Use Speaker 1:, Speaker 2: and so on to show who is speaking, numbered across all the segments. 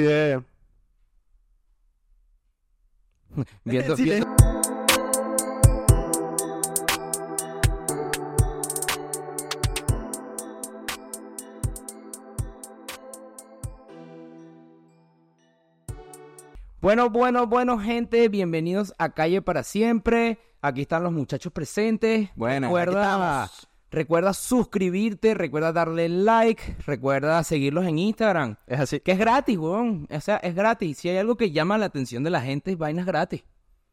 Speaker 1: Yeah.
Speaker 2: Viendo,
Speaker 1: Sí,
Speaker 2: viendo- Bueno, bueno, bueno, gente, bienvenidos a Calle para Siempre. Aquí están los muchachos presentes.
Speaker 1: Buenas, aquí
Speaker 2: recuerda,
Speaker 1: estamos.
Speaker 2: recuerda suscribirte, recuerda darle like, recuerda seguirlos en Instagram.
Speaker 1: Es así.
Speaker 2: Que es gratis, weón. O sea, es gratis. Si hay algo que llama la atención de la gente, es vainas gratis.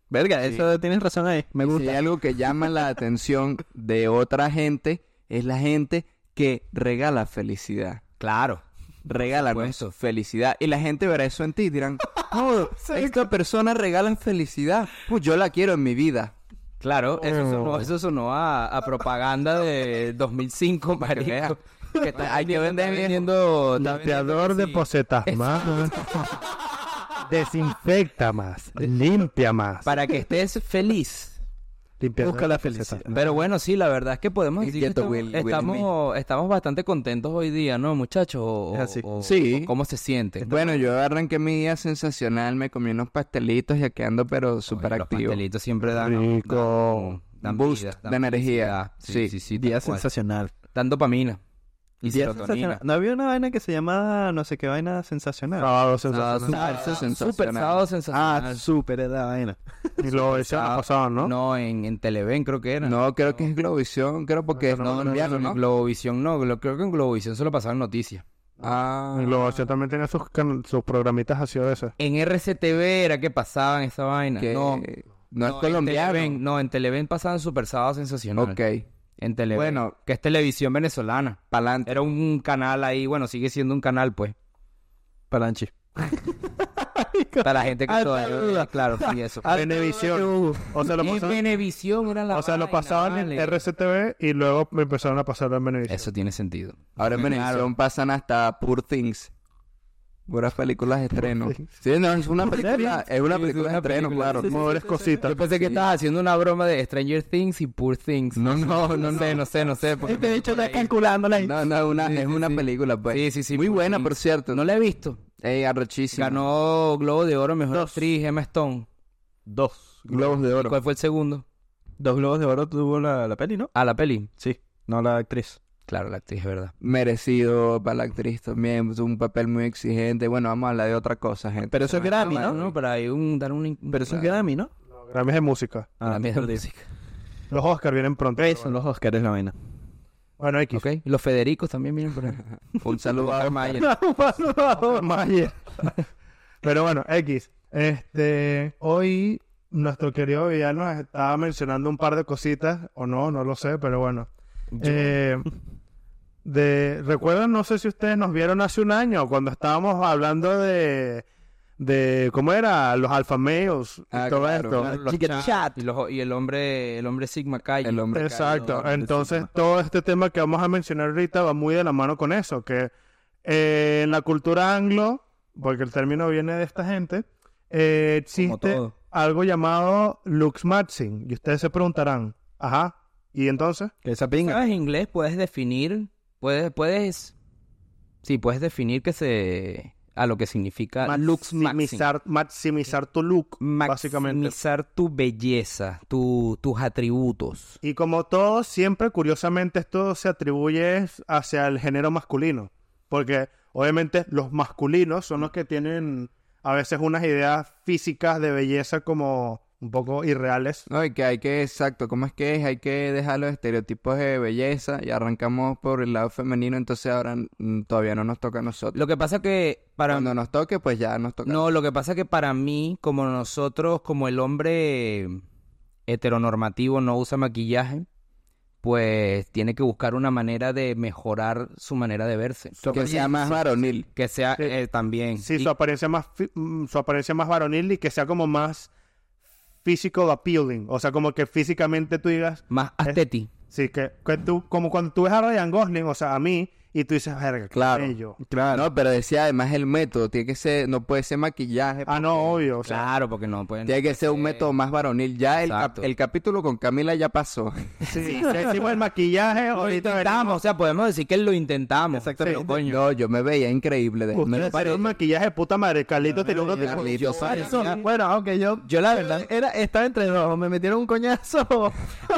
Speaker 1: Verga,
Speaker 3: Sí.
Speaker 1: eso tienes razón ahí. Me
Speaker 3: Y
Speaker 1: gusta.
Speaker 3: Si hay algo que llama la atención de otra gente, es la gente que regala felicidad.
Speaker 2: Claro.
Speaker 3: Regálanos
Speaker 2: supuesto.
Speaker 3: felicidad. Y la gente verá eso en ti y dirán, "Oh, esta persona regala felicidad. Pues yo la quiero en mi vida.
Speaker 2: Claro, eso
Speaker 1: Oh.
Speaker 2: sonó, eso sonó a, a propaganda de 2005, marico. Que está- hay que vender vendiendo... está
Speaker 1: Limpiador de
Speaker 2: vendiendo- sí.
Speaker 1: posetas más. Desinfecta más. Limpia más.
Speaker 2: Para que estés feliz.
Speaker 1: Limpiador
Speaker 3: Busca la
Speaker 1: de posetas
Speaker 3: felicidad.
Speaker 1: más.
Speaker 2: Pero bueno, sí, la verdad es que podemos decir que
Speaker 3: Inquieto,
Speaker 2: estamos,
Speaker 3: Will- Will
Speaker 2: estamos, estamos bastante contentos hoy día, ¿no, muchachos? O-
Speaker 1: Es así.
Speaker 2: o-
Speaker 3: Sí.
Speaker 2: o ¿Cómo se siente?
Speaker 3: Bueno, yo arranqué mi día sensacional, me comí unos pastelitos y aquí ando pero súper
Speaker 2: Los
Speaker 3: activo.
Speaker 2: pastelitos siempre dan...
Speaker 1: Rico.
Speaker 2: dan
Speaker 3: Boost
Speaker 2: vida, dan
Speaker 3: de energía.
Speaker 2: felicidad.
Speaker 3: Sí,
Speaker 2: Sí, sí, sí.
Speaker 1: Día
Speaker 2: tal cual.
Speaker 1: sensacional.
Speaker 2: Dan dopamina. Y
Speaker 1: Día
Speaker 2: serotonina.
Speaker 1: sensacional. No había una vaina que se llamaba no sé qué vaina sensacional.
Speaker 3: Ah,
Speaker 1: sensacional.
Speaker 3: súper sensacional.
Speaker 2: Super sábado sensacional.
Speaker 1: Ah, súper es la vaina. Y lo decían
Speaker 2: Sábado.
Speaker 1: pasado, ¿no?
Speaker 2: ¿no? en, en Televen creo que era.
Speaker 3: No, creo que es Globovisión, creo porque es colombiano,
Speaker 2: En
Speaker 3: ¿no?
Speaker 2: Globovisión no, glo- creo que en Globovisión solo pasaban noticias.
Speaker 3: Ah,
Speaker 1: Globovisión también tenía sus, can- sus programitas así a veces.
Speaker 2: En RCTV era que pasaban esa vaina.
Speaker 3: que
Speaker 2: No, este,
Speaker 3: no, es
Speaker 2: en
Speaker 3: colombiano.
Speaker 2: Televen, no, en Televen pasaban Super Sábado Sensacional.
Speaker 3: Ok,
Speaker 2: En Televen.
Speaker 3: Bueno.
Speaker 2: Que es televisión venezolana.
Speaker 3: pa'lante.
Speaker 2: Era un canal ahí, bueno, sigue siendo un canal, pues.
Speaker 1: Palanchi.
Speaker 2: Para la gente que
Speaker 1: Alta
Speaker 2: todavía... eh,
Speaker 1: duda.
Speaker 2: Claro, y eso.
Speaker 1: Venevisión. O Ah, sea, lo
Speaker 2: En
Speaker 1: pasaban,
Speaker 2: Venevisión era la
Speaker 1: o sea, lo
Speaker 2: vaina,
Speaker 1: pasaban en
Speaker 2: vale.
Speaker 1: RCTV y luego me empezaron a pasarlo en Venevisión.
Speaker 2: Eso tiene sentido.
Speaker 3: Ahora en Venevisión pasan hasta Poor Things. Puras películas de estreno. Sí, no, es una película, es una
Speaker 2: Sí, es
Speaker 3: película de
Speaker 2: una
Speaker 3: estreno,
Speaker 2: película.
Speaker 3: claro.
Speaker 1: Mover cositas.
Speaker 2: Yo pensé que estabas haciendo una broma de Stranger Things y Poor Things. No, no, no sé, no sé, no sé. porque-
Speaker 1: está calculándola
Speaker 3: No, no, es una, es una película, pues.
Speaker 2: Sí, sí, sí,
Speaker 3: Muy
Speaker 2: Poor
Speaker 3: buena, por
Speaker 2: Things.
Speaker 3: cierto.
Speaker 2: No la he visto.
Speaker 3: Ey, arrechísima.
Speaker 2: Ganó Globo de Oro, mejor
Speaker 1: Dos.
Speaker 2: actriz, Emma Stone.
Speaker 1: Dos.
Speaker 3: Globos de Oro.
Speaker 2: ¿Cuál fue el segundo?
Speaker 1: Dos globos de oro tuvo la, la peli, ¿no?
Speaker 2: Ah, la peli.
Speaker 1: Sí. No la actriz.
Speaker 2: Claro, la actriz, es verdad.
Speaker 3: Merecido para la actriz también. Es un papel muy exigente. Bueno, vamos a hablar de otra cosa, gente.
Speaker 1: Pero eso es Grammy,
Speaker 2: Ah,
Speaker 1: ¿no?
Speaker 2: Para ahí un, dar un... un-
Speaker 1: Pero eso es
Speaker 2: claro, Ah,
Speaker 1: Grammy, ¿no? Grammy es de música.
Speaker 2: la mierda de música.
Speaker 1: Los Oscars vienen pronto.
Speaker 4: son los Oscars la vaina.
Speaker 1: Bueno, X.
Speaker 2: Ok. Los Federicos también vienen por ahí.
Speaker 3: Un saludo a Mayer.
Speaker 1: Mayer. Pero bueno, X. Este, hoy nuestro querido villano estaba mencionando un par de cositas, o no, no lo sé, pero bueno. Eh, de, recuerdan, no sé si ustedes nos vieron hace un año cuando estábamos hablando de, de ¿cómo era? Los alfa males y
Speaker 3: Ah,
Speaker 1: todo
Speaker 3: claro,
Speaker 1: esto.
Speaker 3: claro,
Speaker 2: Los chat. Y, los- y el hombre, el hombre Sigma Calle.
Speaker 3: El hombre
Speaker 1: Exacto.
Speaker 3: caído.
Speaker 1: Entonces, todo este tema que vamos a mencionar ahorita va muy de la mano con eso, que eh, en la cultura anglo, porque el término viene de esta gente, eh, existe
Speaker 2: todo.
Speaker 1: algo llamado luxmatzing. Y ustedes se preguntarán, ajá, ¿y entonces?
Speaker 4: Que esa pinga.
Speaker 2: ¿Sabes inglés? Puedes definir, puedes, puedes, sí, puedes definir que se, a lo que significa Ah, lux maxim.
Speaker 1: maximizar, maximizar tu look, básicamente.
Speaker 2: Maximizar tu belleza, tu- tus atributos.
Speaker 1: Y como todo, siempre curiosamente esto se atribuye es hacia el género masculino. Porque obviamente los masculinos son los que tienen a veces unas ideas físicas de belleza como un poco irreales.
Speaker 3: No, y que hay que, exacto, ¿cómo es que es? Hay que dejar los estereotipos de belleza y arrancamos por el lado femenino, entonces ahora mm, todavía no nos toca a nosotros.
Speaker 2: Lo que pasa que para
Speaker 3: Cuando nos toque, pues ya nos toca.
Speaker 2: no, lo que pasa que para mí, como nosotros, como el hombre heteronormativo no usa maquillaje, pues tiene que buscar una manera de mejorar su manera de verse.
Speaker 3: que sea más varonil.
Speaker 2: Que sea
Speaker 1: Sí.
Speaker 2: eh, también.
Speaker 1: Sí,
Speaker 2: Y-
Speaker 1: su apariencia más fi- mm, su apariencia más varonil y que sea como más físico appealing. O sea, como que físicamente tú digas,
Speaker 2: más asteti.
Speaker 1: sí, que, que tú, como cuando tú ves a Ryan Gosling, o sea, a mí, y tú dices, verga, qué
Speaker 3: Claro.
Speaker 1: bello.
Speaker 3: Claro. Ah, No, pero decía además el método, tiene que ser, no puede ser maquillaje.
Speaker 1: Ah, no, obvio. O sea,
Speaker 2: Claro, porque no pueden.
Speaker 3: Tiene que ser un método más varonil. Ya el, cap-
Speaker 2: Exacto.
Speaker 3: el capítulo con Camila ya pasó.
Speaker 1: sí, ya hicimos el maquillaje,
Speaker 2: Lo
Speaker 1: ahorita
Speaker 2: intentamos, o sea, podemos decir que lo intentamos.
Speaker 1: Exactamente.
Speaker 2: Pero, coño.
Speaker 3: No, yo me veía increíble. de- me
Speaker 1: Ustedes hicieron un maquillaje de puta madre. Carlitos tenía uno de
Speaker 3: Carlitos,
Speaker 1: Eso,
Speaker 3: Carlitos.
Speaker 1: eso,
Speaker 4: Bueno, aunque yo, yo la verdad, era, estaba entre dos, o me metieron un coñazo o,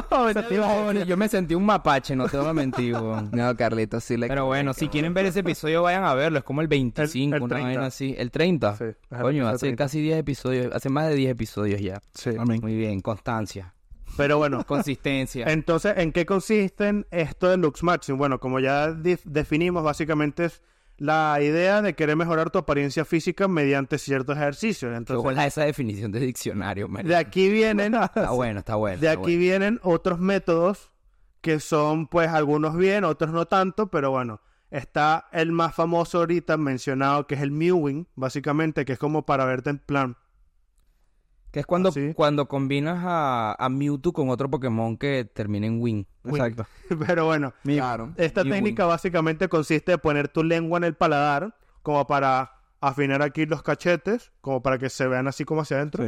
Speaker 4: o me metieron-
Speaker 2: Yo me sentí un mapache, no te voy a mentir. weón.
Speaker 3: No, Carlitos, sí le...
Speaker 2: Pero bueno, si quieren ver ese episodio, vayan a verlo. Es como el
Speaker 1: El-
Speaker 2: 25,
Speaker 1: el
Speaker 2: una
Speaker 1: 30.
Speaker 2: vaina así. El 30.
Speaker 1: Sí, es el
Speaker 2: Coño,
Speaker 1: episodio
Speaker 2: hace
Speaker 1: 30.
Speaker 2: casi 10 episodios. Hace más de 10 episodios ya.
Speaker 1: Sí.
Speaker 2: Muy bien, constancia,
Speaker 1: Pero bueno,
Speaker 2: consistencia.
Speaker 1: Entonces, ¿en qué consisten esto de Lux Maxim? Bueno, como ya dif- definimos, básicamente es la idea de querer mejorar tu apariencia física mediante ciertos ejercicios.
Speaker 2: Qué
Speaker 1: Entonces,
Speaker 2: buena esa definición de diccionario, marico.
Speaker 1: de aquí vienen,
Speaker 2: Está bueno, está bueno.
Speaker 1: de
Speaker 2: está
Speaker 1: aquí
Speaker 2: bueno.
Speaker 1: vienen otros métodos que son, pues, algunos bien, otros no tanto, pero bueno, está el más famoso ahorita mencionado, que es el mewing, básicamente, que es como para verte en plan.
Speaker 2: Que es cuando,
Speaker 1: Así.
Speaker 2: cuando combinas a, a Mewtwo con otro Pokémon que termina en Win.
Speaker 1: Wing. Pero bueno,
Speaker 3: Claro.
Speaker 1: Esta
Speaker 2: Y
Speaker 1: técnica básicamente consiste en poner tu lengua en el paladar, como para afinar aquí los cachetes, como para que se vean así como hacia adentro,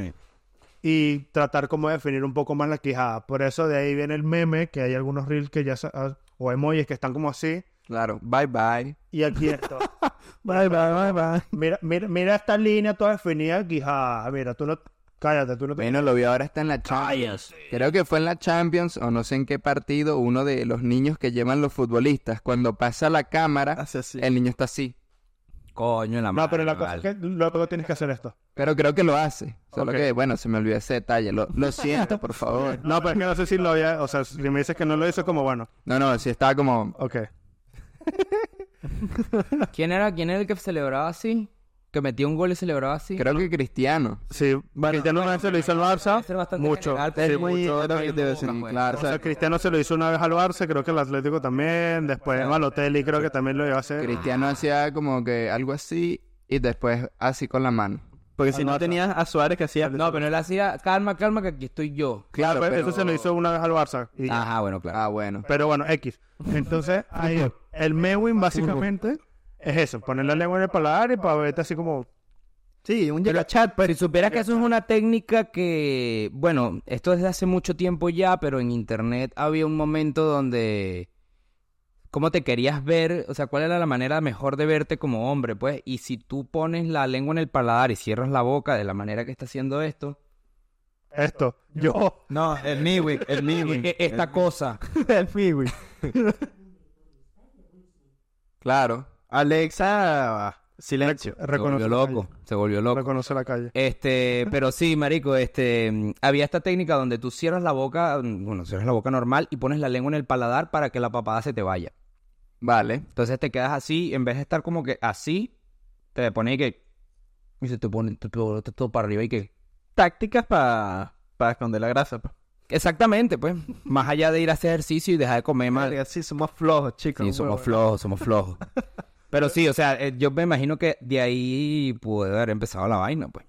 Speaker 1: y tratar como de definir un poco más la quijada. Por eso de ahí viene el meme, que hay algunos reels que ya sa- ah, o emojis que están como así,
Speaker 3: Claro. Bye, bye.
Speaker 1: y aquí esto.
Speaker 4: Bye, bye, bye, bye.
Speaker 1: Mira, mira, mira esta línea toda definida, quijada. Mira, tú no... Cállate, tú no te...
Speaker 3: Bueno, lo vi ahora está en la Champions. Creo que fue en la Champions o no sé en qué partido uno de los niños que llevan los futbolistas. Cuando pasa la cámara,
Speaker 4: Hace así.
Speaker 3: el niño está así.
Speaker 2: Coño, la
Speaker 1: No, pero la
Speaker 2: madre,
Speaker 1: cosa
Speaker 2: vale.
Speaker 1: es que luego tienes que hacer esto.
Speaker 3: Pero creo que lo hace. Solo que, bueno, se me olvidó ese detalle. Lo, lo siento, por favor.
Speaker 1: No, pero es que no sé si lo había... O sea, si me dices que no lo hizo, como bueno.
Speaker 3: No, no, sí estaba como...
Speaker 1: Ok.
Speaker 2: ¿Quién era, ¿Quién era el que celebraba así? Que metía un gol y celebraba así.
Speaker 3: Creo que Cristiano.
Speaker 1: Sí, Cristiano Ronaldo se lo hizo al Barça.
Speaker 2: Ser bastante
Speaker 1: Mucho.
Speaker 2: general, pues,
Speaker 4: Es
Speaker 2: sí,
Speaker 4: muy-
Speaker 2: mucho,
Speaker 4: era lo que te iba a decir,
Speaker 2: pocas, pues.
Speaker 3: Claro,
Speaker 1: O sea, Cristiano se lo hizo una vez al Barça, creo que el Atlético también, después Balotelli creo que también lo iba a hacer.
Speaker 3: Cristiano hacía como que algo así y después así con la mano.
Speaker 4: Porque si no tenías a Suárez que hacía.
Speaker 2: No, pero él hacía, calma, calma, que aquí estoy yo.
Speaker 3: Claro,
Speaker 1: Pues,
Speaker 3: pero...
Speaker 1: Eso se lo hizo una vez al Barça. y-
Speaker 2: Ajá, bueno, claro.
Speaker 3: Ah, bueno.
Speaker 1: Pero bueno, X. Entonces, ahí, el Mewin básicamente es eso, poner la lengua en el paladar y para verte así como...
Speaker 4: Sí, un pues.
Speaker 2: Pero,
Speaker 4: llega chat,
Speaker 2: si supieras que eso es una técnica que, bueno, esto desde hace mucho tiempo ya, pero en internet había un momento donde cómo te querías ver, o sea, cuál era la manera mejor de verte como hombre, pues, y si tú pones la lengua en el paladar y cierras la boca de la manera que está haciendo esto,
Speaker 1: Esto, yo...
Speaker 4: No, el Miwi, el
Speaker 2: e-
Speaker 4: Miwi.
Speaker 2: e- esta cosa,
Speaker 4: el Miwi.
Speaker 3: Claro.
Speaker 4: Alexa, silencio.
Speaker 2: se
Speaker 1: Reconoce
Speaker 2: volvió
Speaker 1: la
Speaker 2: loco, se volvió
Speaker 1: calle.
Speaker 2: loco.
Speaker 1: Reconoce la calle.
Speaker 2: Este, pero sí, marico, este, mm, había esta técnica donde tú cierras la boca, mm, bueno, cierras la boca normal y pones la lengua en el paladar para que la papada se te vaya.
Speaker 3: Vale.
Speaker 2: Entonces te quedas así, en vez de estar como que así, te pones y que y se te pone te- todo, todo para arriba y que
Speaker 4: Tácticas para esconder la grasa. pa.
Speaker 2: exactamente, pues, más allá de ir a hacer ejercicio y dejar de comer más,
Speaker 4: Verga, Sí, somos flojos, chicos.
Speaker 2: Sí, somos flojos, somos flojos. Pero sí, o sea, eh, yo me imagino que de ahí pudo haber empezado la vaina, pues.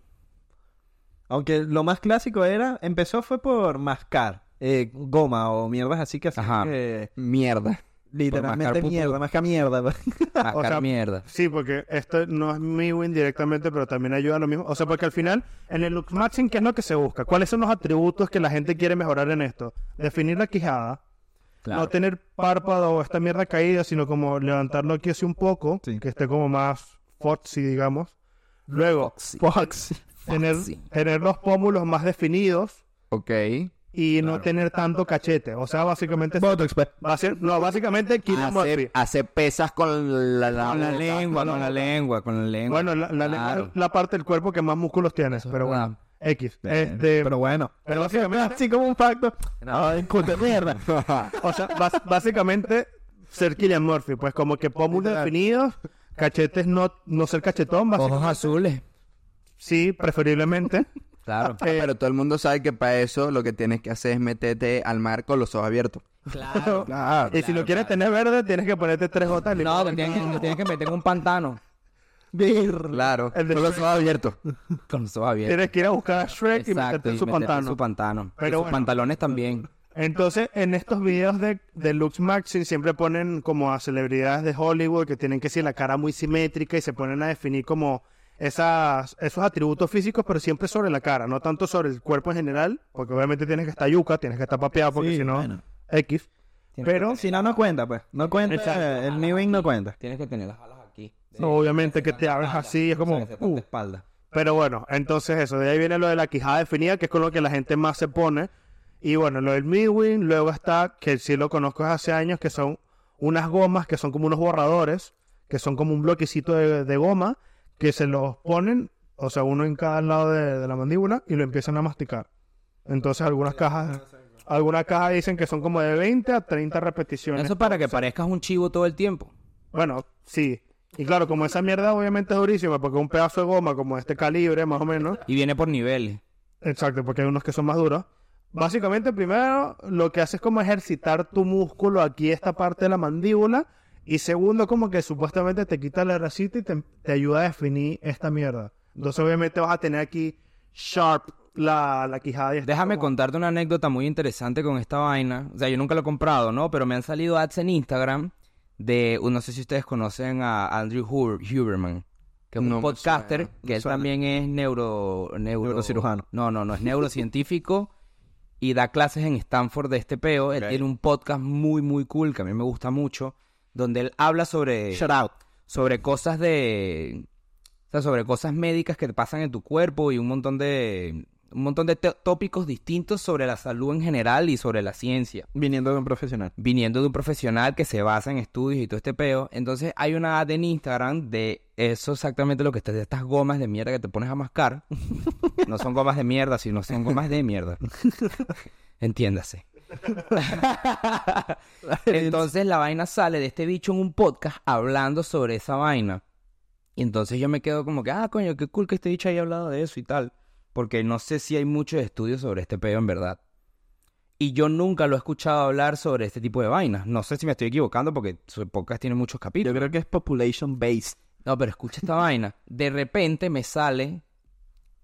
Speaker 4: Aunque lo más clásico era, empezó fue por mascar eh, goma o mierdas así que hacían
Speaker 2: Ajá.
Speaker 4: que
Speaker 3: Mierda.
Speaker 2: mascar
Speaker 4: literalmente
Speaker 2: pupú.
Speaker 4: mierda, masca mierda. pues. pa.
Speaker 2: Mascar
Speaker 1: sea,
Speaker 2: mierda.
Speaker 1: Sí, porque esto no es Mewin directamente, pero también ayuda a lo mismo. O sea, porque al final, en el look matching, ¿qué es lo que se busca? ¿Cuáles son los atributos que la gente quiere mejorar en esto? Definir la quijada,
Speaker 2: Claro.
Speaker 1: no tener párpado o esta mierda caída, sino como levantarlo aquí así un poco,
Speaker 4: Sí.
Speaker 1: que esté como más foxy, digamos. Luego,
Speaker 2: Foxy.
Speaker 1: foxy, Tener,
Speaker 2: Foxy.
Speaker 1: tener los pómulos más definidos
Speaker 3: Ok.
Speaker 1: y no tener tanto cachete. O sea, básicamente...
Speaker 4: Botox, pues.
Speaker 1: Va a ser, no, básicamente...
Speaker 2: Ah,
Speaker 1: Killian Murphy.
Speaker 3: Hace, hace pesas con la, la-
Speaker 2: Con la lengua, con la lengua, con la lengua.
Speaker 1: Bueno, la, la lengua
Speaker 2: Claro.
Speaker 1: es la parte del cuerpo que más músculos tienes,
Speaker 2: es
Speaker 1: pero
Speaker 2: verdad.
Speaker 1: bueno, X. Este,
Speaker 4: Pero
Speaker 1: pero,
Speaker 4: bueno.
Speaker 1: básicamente,
Speaker 4: Así como un pacto. Ay, puta mierda.
Speaker 1: o sea, bas- básicamente ser Killian Murphy, pues como que pómulos definidos, cachetes no, no ser cachetón, básicamente,
Speaker 2: Ojos azules.
Speaker 1: sí, preferiblemente. Eh,
Speaker 2: Claro.
Speaker 3: Ah, Pero todo el mundo sabe que para eso lo que tienes que hacer es meterte al mar con los ojos abiertos.
Speaker 2: Claro.
Speaker 1: y si lo quieres tener verde, tienes que ponerte tres gotas de
Speaker 2: No,
Speaker 1: limón.
Speaker 2: te tienes que, te tienes que meter en un pantano.
Speaker 4: Birra.
Speaker 3: Claro.
Speaker 1: El de
Speaker 3: Con los ojos abiertos.
Speaker 2: Con los ojos abiertos.
Speaker 1: Tienes que ir a buscar a Shrek y meterte
Speaker 2: Exacto,
Speaker 1: en
Speaker 2: y
Speaker 1: su
Speaker 2: meterte en
Speaker 1: pantano.
Speaker 2: su pantano. Y
Speaker 1: Pero
Speaker 2: sus
Speaker 1: bueno.
Speaker 2: pantalones también.
Speaker 1: Entonces, en estos videos de, de Lux Maxim siempre ponen como a celebridades de Hollywood que tienen que ser la cara muy simétrica y se ponen a definir como esas, esos atributos físicos, pero siempre sobre la cara, no tanto sobre el cuerpo en general, porque obviamente tienes que estar yuca, tienes que estar papeado, porque
Speaker 4: Sí,
Speaker 1: si no,
Speaker 4: bueno.
Speaker 1: X. Pero,
Speaker 4: Si no, no cuenta, pues. No cuenta.
Speaker 1: Exacto.
Speaker 4: eh, el New Wing no cuenta.
Speaker 2: Tienes que tener las alas aquí.
Speaker 1: no, obviamente que te abres así, es como...
Speaker 4: Uh.
Speaker 1: uh,
Speaker 4: De espalda.
Speaker 1: Pero bueno, entonces eso, de ahí viene lo de la quijada definida, que es con lo que la gente más se pone. Y bueno, lo del midwing, luego está, que sí lo conozco desde hace años, que son unas gomas que son como unos borradores, que son como un bloquecito de, de goma, que se los ponen, o sea, uno en cada lado de, de la mandíbula, y lo empiezan a masticar. Entonces algunas cajas, algunas cajas dicen que son como de 20 a 30 repeticiones.
Speaker 2: Eso para que parezcas un chivo todo el tiempo.
Speaker 1: Bueno, sí. Y claro, como esa mierda obviamente es durísima, porque un pedazo de goma como de este calibre, más o menos,
Speaker 2: Y viene por niveles.
Speaker 1: Exacto, porque hay unos que son más duros. Básicamente, primero, lo que hace es como ejercitar tu músculo aquí, esta parte de la mandíbula. Y segundo, como que supuestamente te quita la grasita y te, te ayuda a definir esta mierda. Entonces, obviamente, vas a tener aquí sharp la, la quijada. y está
Speaker 2: Déjame
Speaker 1: como-
Speaker 2: contarte una anécdota muy interesante con esta vaina. O sea, yo nunca lo he comprado, ¿no? Pero me han salido ads en Instagram de, uh, no sé si ustedes conocen a Andrew Hu- Huberman, que es un
Speaker 3: No me
Speaker 2: podcaster,
Speaker 3: suena,
Speaker 2: que él también es neuro, neuro-
Speaker 4: Neurocirujano.
Speaker 2: No, no, no, es neurocientífico y da clases en Stanford de este peo. Él
Speaker 3: Ok.
Speaker 2: tiene un podcast muy, muy cool, que a mí me gusta mucho, donde él habla sobre
Speaker 4: Shout out.
Speaker 2: sobre cosas de. O sea, sobre cosas médicas que te pasan en tu cuerpo y un montón de. Un montón de te- tópicos distintos sobre la salud en general y sobre la ciencia.
Speaker 4: Viniendo de un profesional.
Speaker 2: Viniendo de un profesional que se basa en estudios y todo este peo. Entonces hay una ad en Instagram de eso exactamente lo que te de estas gomas de mierda que te pones a mascar. No son gomas de mierda, sino son gomas de mierda. Entiéndase. Entonces la vaina sale de este bicho en un podcast hablando sobre esa vaina. Y entonces yo me quedo como que, ah, coño, qué cool que este bicho haya hablado de eso y tal. Porque no sé si hay muchos estudios sobre este pedo en verdad. Y yo nunca lo he escuchado hablar sobre este tipo de vainas. No sé si me estoy equivocando porque su podcast tiene muchos capítulos.
Speaker 4: Yo creo que es population based.
Speaker 2: No, pero escucha esta vaina. De repente me sale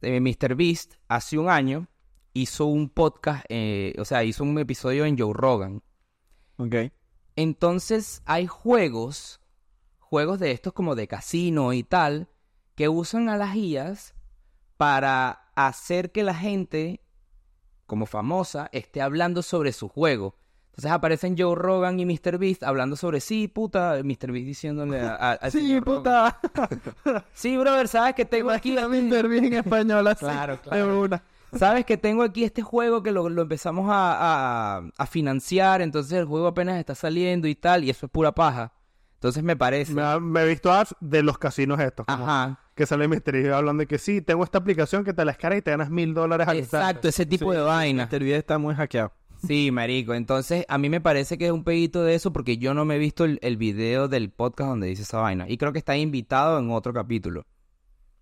Speaker 2: eh, Mr. Beast hace un año hizo un podcast, eh, o sea, hizo un episodio en Joe Rogan.
Speaker 4: Ok.
Speaker 2: Entonces hay juegos, juegos de estos como de casino y tal, que usan a las IAs para hacer que la gente, como famosa, esté hablando sobre su juego. Entonces aparecen Joe Rogan y Mr. Beast hablando sobre sí, puta, Mr. Beast diciéndole a, a- al
Speaker 4: Sí,
Speaker 2: señor Rogan,
Speaker 4: puta.
Speaker 2: Sí, brother, sabes que tengo aquí.
Speaker 4: Imagina Mr. Beast en español así.
Speaker 2: Claro,
Speaker 4: Claro,
Speaker 2: claro.
Speaker 4: claro. Una.
Speaker 2: Sabes que tengo aquí este juego que lo, lo empezamos a, a- a financiar, entonces el juego apenas está saliendo y tal, y eso es pura paja. Entonces me parece.
Speaker 1: Me, ha- me he visto ads de los casinos estos. como
Speaker 2: Ajá.
Speaker 1: Que sale misterio hablando de que sí, tengo esta aplicación que te la descargas y te ganas mil dólares al instante.
Speaker 2: Exacto, ese tipo de vaina.
Speaker 4: Mr. Beast está muy hackeado.
Speaker 2: Sí, marico. Entonces, a mí me parece que es un pedito de eso porque yo no me he visto el, el video del podcast donde dice esa vaina. Y creo que está invitado en otro capítulo.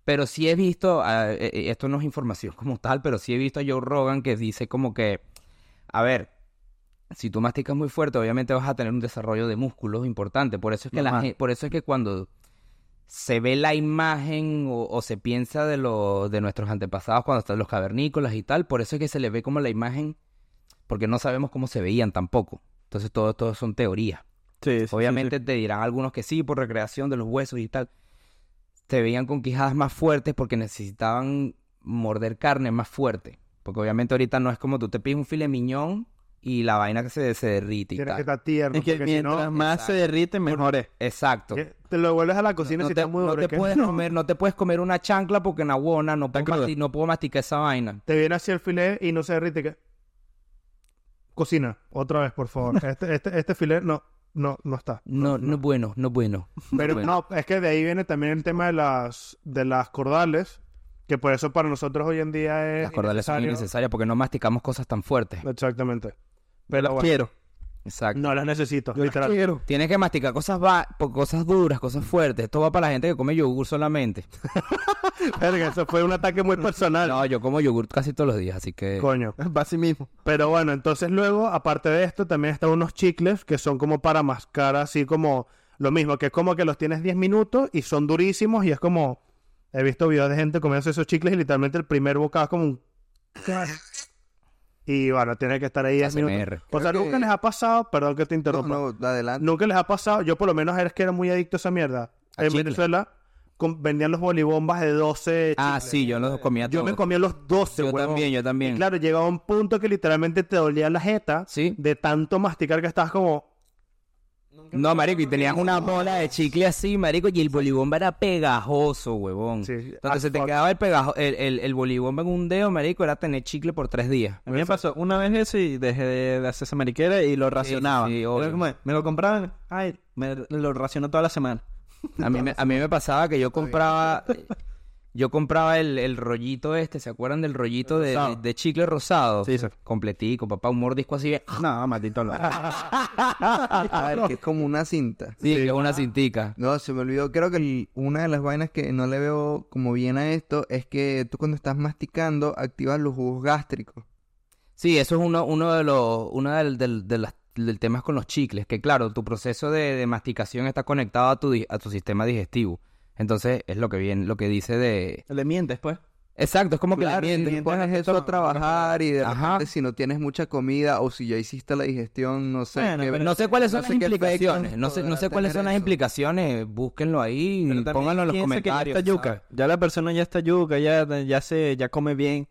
Speaker 2: Pero sí he visto, ah, eh, eh, esto no es información como tal, pero sí he visto a Joe Rogan que dice como que, a ver, si tú masticas muy fuerte, obviamente vas a tener un desarrollo de músculos importante. Por eso es que, la
Speaker 4: Mamá.
Speaker 2: gen- por eso es que cuando se ve la imagen o, o se piensa de, los de nuestros antepasados cuando están los cavernícolas y tal, por eso es que se le ve como la imagen, porque no sabemos cómo se veían tampoco. Entonces todo esto son teorías.
Speaker 4: Sí, sí, sí,
Speaker 2: Obviamente te dirán algunos que sí, por recreación de los huesos y tal. Se veían con quijadas más fuertes porque necesitaban morder carne más fuerte. Porque obviamente ahorita no es como tú te pides un filet miñón y la vaina que se, se derrite y
Speaker 1: Tienes que
Speaker 2: tal.
Speaker 1: estar tierno.
Speaker 4: Es que
Speaker 1: porque si no,
Speaker 4: mientras más se derrite, mejor es.
Speaker 2: Exacto.
Speaker 1: que te lo vuelves a la cocina
Speaker 2: No
Speaker 1: si
Speaker 2: te,
Speaker 1: está muy
Speaker 2: no
Speaker 1: duro,
Speaker 2: te
Speaker 1: que-
Speaker 2: puedes comer, no te puedes comer una chancla porque en aguona no puedo,
Speaker 4: cruda.
Speaker 2: masti- no puedo masticar esa vaina.
Speaker 1: te viene hacia el filet y no se derrite. ¿qué? Cocina, otra vez, por favor. Este, este, este filet no, no, Pues no está.
Speaker 2: No, no bueno, no bueno.
Speaker 1: Pero
Speaker 2: Bueno.
Speaker 1: no, es que de ahí viene también el tema de las, de las cordales, que por eso para nosotros hoy en día es.
Speaker 2: Las cordales son
Speaker 1: innecesario. Pues,
Speaker 2: innecesarias porque no masticamos cosas tan fuertes.
Speaker 1: Exactamente. Pero bueno,
Speaker 4: Quiero.
Speaker 2: Exacto.
Speaker 1: no las necesito, literal.
Speaker 4: Quiero.
Speaker 2: Tienes que masticar cosas, va po- cosas duras, cosas fuertes. Esto va para la gente que come yogur solamente.
Speaker 1: Verga, eso fue un ataque muy personal.
Speaker 2: No, eh. yo como yogur casi todos los días, así que...
Speaker 1: Coño.
Speaker 4: Va así mismo.
Speaker 1: Pero bueno, entonces luego, aparte de esto, también están unos chicles que son como para mascar, así como lo mismo, que es como que los tienes 10 minutos y son durísimos y es como, he visto videos de gente comiendo esos chicles y literalmente el primer bocado es como un... y bueno, tiene que estar ahí 10 minutos.
Speaker 2: ASMR.
Speaker 1: O sea,
Speaker 3: Creo
Speaker 1: nunca
Speaker 3: que-
Speaker 1: les ha pasado, perdón que te
Speaker 3: No,
Speaker 1: interrumpa,
Speaker 3: no, adelante.
Speaker 1: nunca les ha pasado, yo por lo menos era que era muy adicto a esa mierda.
Speaker 2: A
Speaker 1: en
Speaker 2: chicle.
Speaker 1: Venezuela con- vendían los bolibombas de 12
Speaker 2: Ah,
Speaker 1: chicles.
Speaker 2: sí, yo los comía
Speaker 1: Yo
Speaker 2: todos.
Speaker 1: me comía los 12,
Speaker 2: Yo
Speaker 1: huevón.
Speaker 2: también, yo
Speaker 1: Y
Speaker 2: también.
Speaker 1: claro, llegaba un punto que literalmente te dolía la jeta
Speaker 2: Sí.
Speaker 1: de tanto masticar que estabas como...
Speaker 2: No, marico, y tenías una bola de chicle así, marico, y el bolibomba era pegajoso, huevón.
Speaker 1: Sí.
Speaker 2: Entonces se
Speaker 1: Ah,
Speaker 2: te
Speaker 1: fuck.
Speaker 2: quedaba el, pegajo, el, el, el bolibomba en un dedo, marico, era tener chicle por tres días.
Speaker 4: A mí me pasó una vez eso y dejé de, de hacer esa mariquera y lo racionaba.
Speaker 2: sí,
Speaker 4: Era
Speaker 2: obvio.
Speaker 4: como, me lo compraban, ay, me lo racionó toda la semana.
Speaker 2: A mí, me, a mí me pasaba que yo compraba... Yo compraba el, el rollito este, ¿se acuerdan del rollito de,
Speaker 4: rosado.
Speaker 2: de- de chicle rosado?
Speaker 4: Sí, sí.
Speaker 2: Completico, papá, un mordisco así.
Speaker 4: No, maldito lo.
Speaker 3: A ver, que es como una cinta.
Speaker 2: Sí, que es una cintica.
Speaker 3: No, se me olvidó. Creo que el- una de las vainas que no le veo como bien a esto es que tú cuando estás masticando activas los jugos gástricos.
Speaker 2: Sí, eso es uno, uno de los uno del, del, de las- del temas con los chicles, que claro, tu proceso de, de masticación está conectado a tu, di- a tu sistema digestivo. Entonces, es lo que bien, lo que dice de...
Speaker 4: Le mientes, pues.
Speaker 2: Exacto, es como que le
Speaker 3: Claro, y
Speaker 2: mientes, pues,
Speaker 3: pones eso a trabajar y de
Speaker 2: Ajá.
Speaker 3: repente si no tienes mucha comida o si ya hiciste la digestión, no sé.
Speaker 4: Bueno,
Speaker 3: qué-
Speaker 4: pero-
Speaker 2: No sé cuáles son
Speaker 3: no
Speaker 2: las
Speaker 3: sé qué
Speaker 2: implicaciones,
Speaker 3: efectos
Speaker 2: no sé, no sé
Speaker 3: podrá
Speaker 2: cuáles
Speaker 3: tener
Speaker 2: son las
Speaker 3: eso.
Speaker 2: implicaciones, búsquenlo ahí,
Speaker 4: Pero también
Speaker 2: pónganlo en los
Speaker 4: piensa que ya
Speaker 2: comentarios.
Speaker 4: está yuca. Ya la persona ya está yuca, ya, ya se, ya come bien.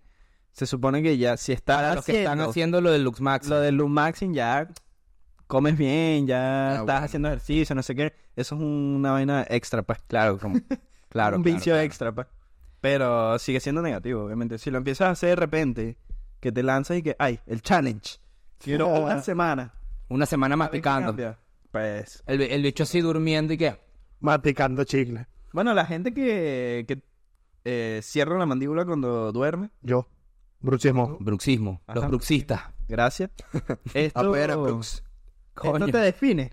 Speaker 4: Se supone que ya si está
Speaker 2: Para los que están
Speaker 4: haciendo
Speaker 2: haciendo lo de Lux Max.
Speaker 4: lo del Lumaxing ya comes bien, ya
Speaker 3: Ah,
Speaker 4: estás
Speaker 3: bueno.
Speaker 4: haciendo ejercicio, no sé qué. Eso es una vaina extra, pues.
Speaker 2: Claro, como- claro. claro,
Speaker 4: un vicio
Speaker 2: claro.
Speaker 4: extra, pues. Pero sigue siendo negativo, obviamente. Si lo empiezas a hacer de repente, que te lanzas y que, ay, el challenge. Quiero una semana.
Speaker 2: Una semana masticando.
Speaker 4: Cambia. Pues.
Speaker 2: El, el bicho así durmiendo y que...
Speaker 1: Masticando chicle.
Speaker 4: Bueno, la gente que, que eh, cierra la mandíbula cuando duerme,
Speaker 1: Yo. Bruxismo.
Speaker 2: Bruxismo, los
Speaker 4: Ajá.
Speaker 2: bruxistas.
Speaker 4: gracias.
Speaker 3: Ah,
Speaker 4: Esto,
Speaker 3: pues era Brooks.
Speaker 4: esto te define.